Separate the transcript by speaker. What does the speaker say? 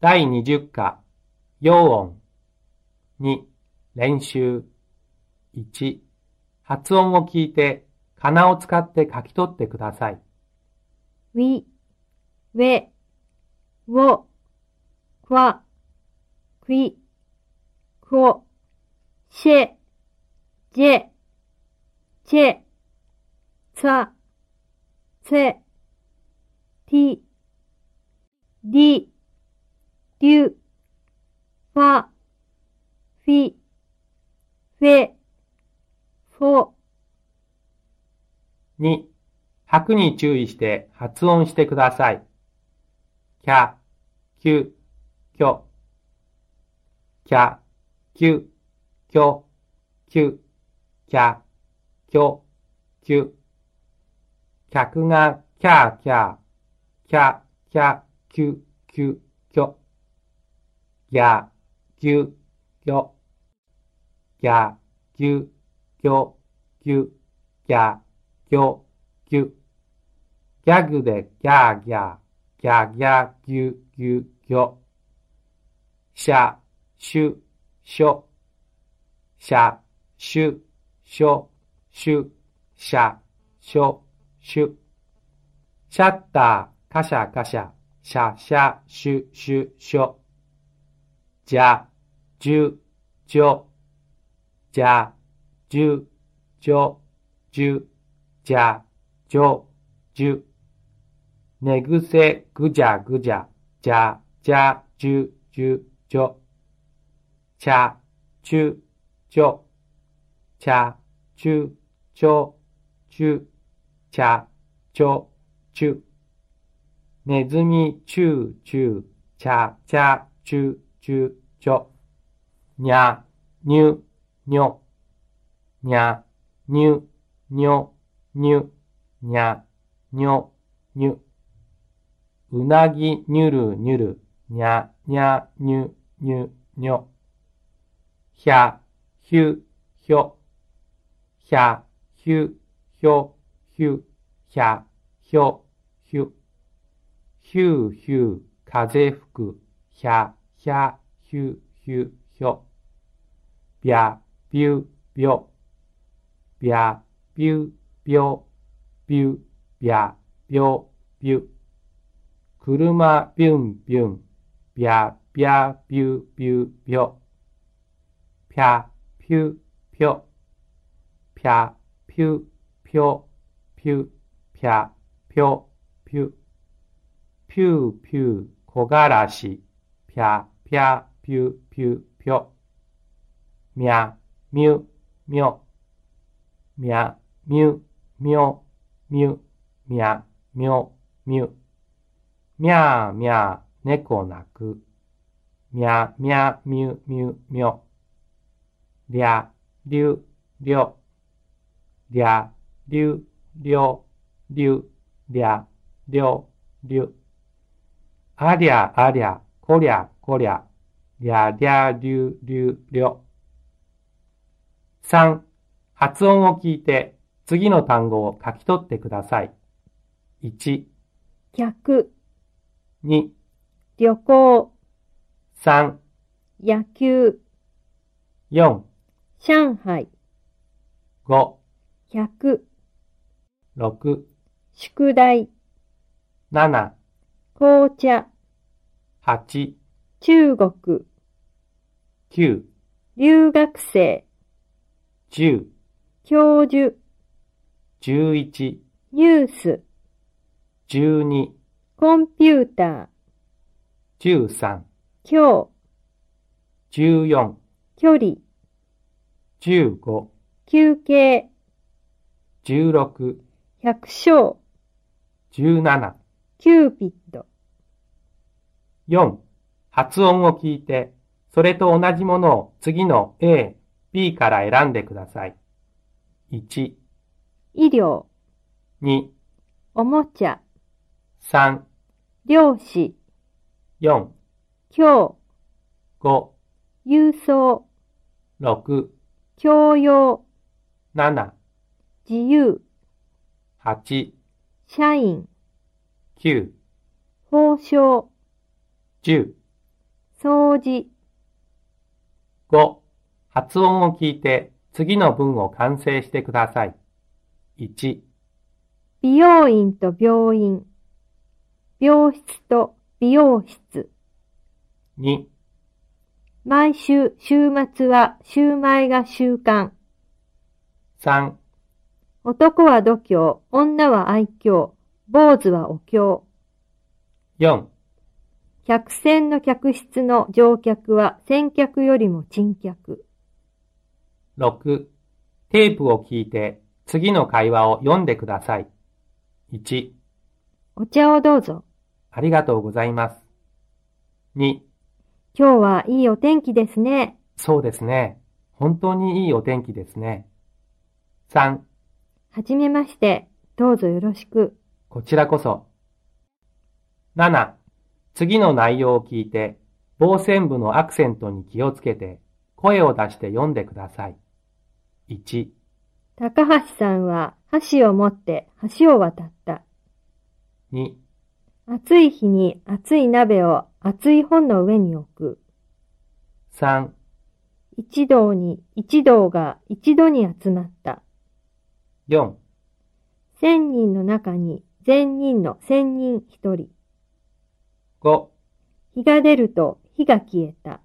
Speaker 1: 第20課、陽音。2、練習。1、発音を聞いて、かなを使って書き取ってください。
Speaker 2: 위, 외, 워, 과, 귀, 고, 시, 제, 제, 차, 세, 티, 디, 류, 파, 휘, 회, 포,
Speaker 1: 2、拍に注意して発音してください。キャ、キュ、キョ。キャ、キュ、キョ、キュ、キャ、キョ、キュ。客がキャーキャー、キャ、キャ、キュ、キュ、キョ。ギャ、キュ、キョ。ギャ、キュ、キョ、キュ、ギャ、キョ、キュ。ギャグでギャーギャー、ギャーギャー、ギュ、ギュ、ギョ。シャ、シュ、ショ。シャ、シュ、ショ、シュ、シャ、ショ、シュ。シャッター、カシャカシャ、シャシャ、シュ、シュ、ショ。ジャ、ジュ、ジョ。ジャ、ジュ、ジョ、ジュ、ジャ、ジョ、ジュ。寝癖、ぐじゃぐじゃ、じゃ、じゃ、じゅ、じゅ、じょ。ちゃ、ちゅ、ちょ。ちゃ、ちゅ、ちょ、ちゅ。ちゃ、ちょ、ちゅ。ネズミ、ちゅ、ちゅ。ちゃ、ちゃ、ちゅ、ちゅ、ちょ。にゃ、にゅ、にょ。にゃ、にゅ、にょ、にゅ。にゃ、にょ、にゅ。うなぎ、にゅる、にゅる。にゃ、にゃ、にゅ、にゅ、にょ。ひゃ、ひゅ、ひょ。ひゃ、ひゅ、ひょ、ひゅ。ひゃ、ひょ、ひゅ。ひゅうひゅう、風吹く。ひゃ、ひゃ、ひゅ、ひゅ、ひょ。びゃ、びゅ、びょ。びゃ、びゅ、びょ。ビュ、ビャ、ビョ、ビュ。車、ビュン、ビュン。ビャ、ビャ、ビュ、ビュ、ビョ。ピャ、ピュ、ピョ。ピャ、ピュ、ピョ、ピュ、ピャ、ピョ、ピュ。ピュー、ピュー、木枯らし。ピャ、ピャ、ピュ、ピュ、ピョ。ミャ、ミュ、ミョ。ミャ、ミュ、ミョ。みゅ、みゃ、みょ、みゅ。みゃーみゃー、猫鳴く。みゃ、みゃ、みゅ、みゅ、みょ。りゃ、りゅ、りょ。りゃ、りゅ、りょ、りゅ、りゃ、りょ、りゅ。ありゃ、ありゃ、こりゃ、こりゃ。りゃ、りゃ、りゅ、りゅ、りょ。3、発音を聞いて、次の単語を書き取ってください。1、
Speaker 2: 客、
Speaker 1: 2、
Speaker 2: 旅行、
Speaker 1: 3、
Speaker 2: 野球、
Speaker 1: 4、
Speaker 2: 上海、
Speaker 1: 5、
Speaker 2: 100、
Speaker 1: 6、
Speaker 2: 宿題、
Speaker 1: 7、
Speaker 2: 紅茶、
Speaker 1: 8、
Speaker 2: 中国、
Speaker 1: 9、
Speaker 2: 留学生、
Speaker 1: 10、
Speaker 2: 教授、
Speaker 1: 11、
Speaker 2: ニュース、
Speaker 1: 12、
Speaker 2: コンピュータ
Speaker 1: 13、
Speaker 2: ー、今
Speaker 1: 14、
Speaker 2: 日、距離、
Speaker 1: 15、
Speaker 2: 休憩、
Speaker 1: 16、
Speaker 2: 百姓、
Speaker 1: 17、
Speaker 2: キューピッド、
Speaker 1: 4、発音を聞いて、それと同じものを次の A、B から選んでください。1、
Speaker 2: 医療、
Speaker 1: 2、
Speaker 2: おもちゃ、
Speaker 1: 3、
Speaker 2: 漁師、
Speaker 1: 4、
Speaker 2: 今
Speaker 1: 5、
Speaker 2: 日、郵送、
Speaker 1: 6、
Speaker 2: 教養、
Speaker 1: 7、
Speaker 2: 自由、
Speaker 1: 8、
Speaker 2: 社員、
Speaker 1: 9、
Speaker 2: 報奨、
Speaker 1: 10、
Speaker 2: 掃除、
Speaker 1: 5. 発音を聞いて次の文を完成してください。1、
Speaker 2: 美容院と病院、病室と美容室、
Speaker 1: 2、
Speaker 2: 毎週週末はシューマイが習慣、
Speaker 1: 3、
Speaker 2: 男は度胸、女は愛嬌、坊主はお経、
Speaker 1: 4、
Speaker 2: 客船の客室の乗客は先客よりも珍客、
Speaker 1: 6. テープを聞いて次の会話を読んでください。1、
Speaker 2: お茶をどうぞ。
Speaker 1: ありがとうございます。2、
Speaker 2: 今日はいいお天気ですね。
Speaker 1: そうですね。本当にいいお天気ですね。3、
Speaker 2: はじめまして。どうぞよろしく。
Speaker 1: こちらこそ。7. 次の内容を聞いて、傍線部のアクセントに気をつけて、声を出して読んでください。1、
Speaker 2: 高橋さんは箸を持って橋を渡った。
Speaker 1: 2、
Speaker 2: 暑い日に熱い鍋を熱い本の上に置く。
Speaker 1: 3、
Speaker 2: 一同に一同が一度に集まった。
Speaker 1: 4、
Speaker 2: 千人の中に千人の千人一人。
Speaker 1: 5、
Speaker 2: 日が出ると火が消えた。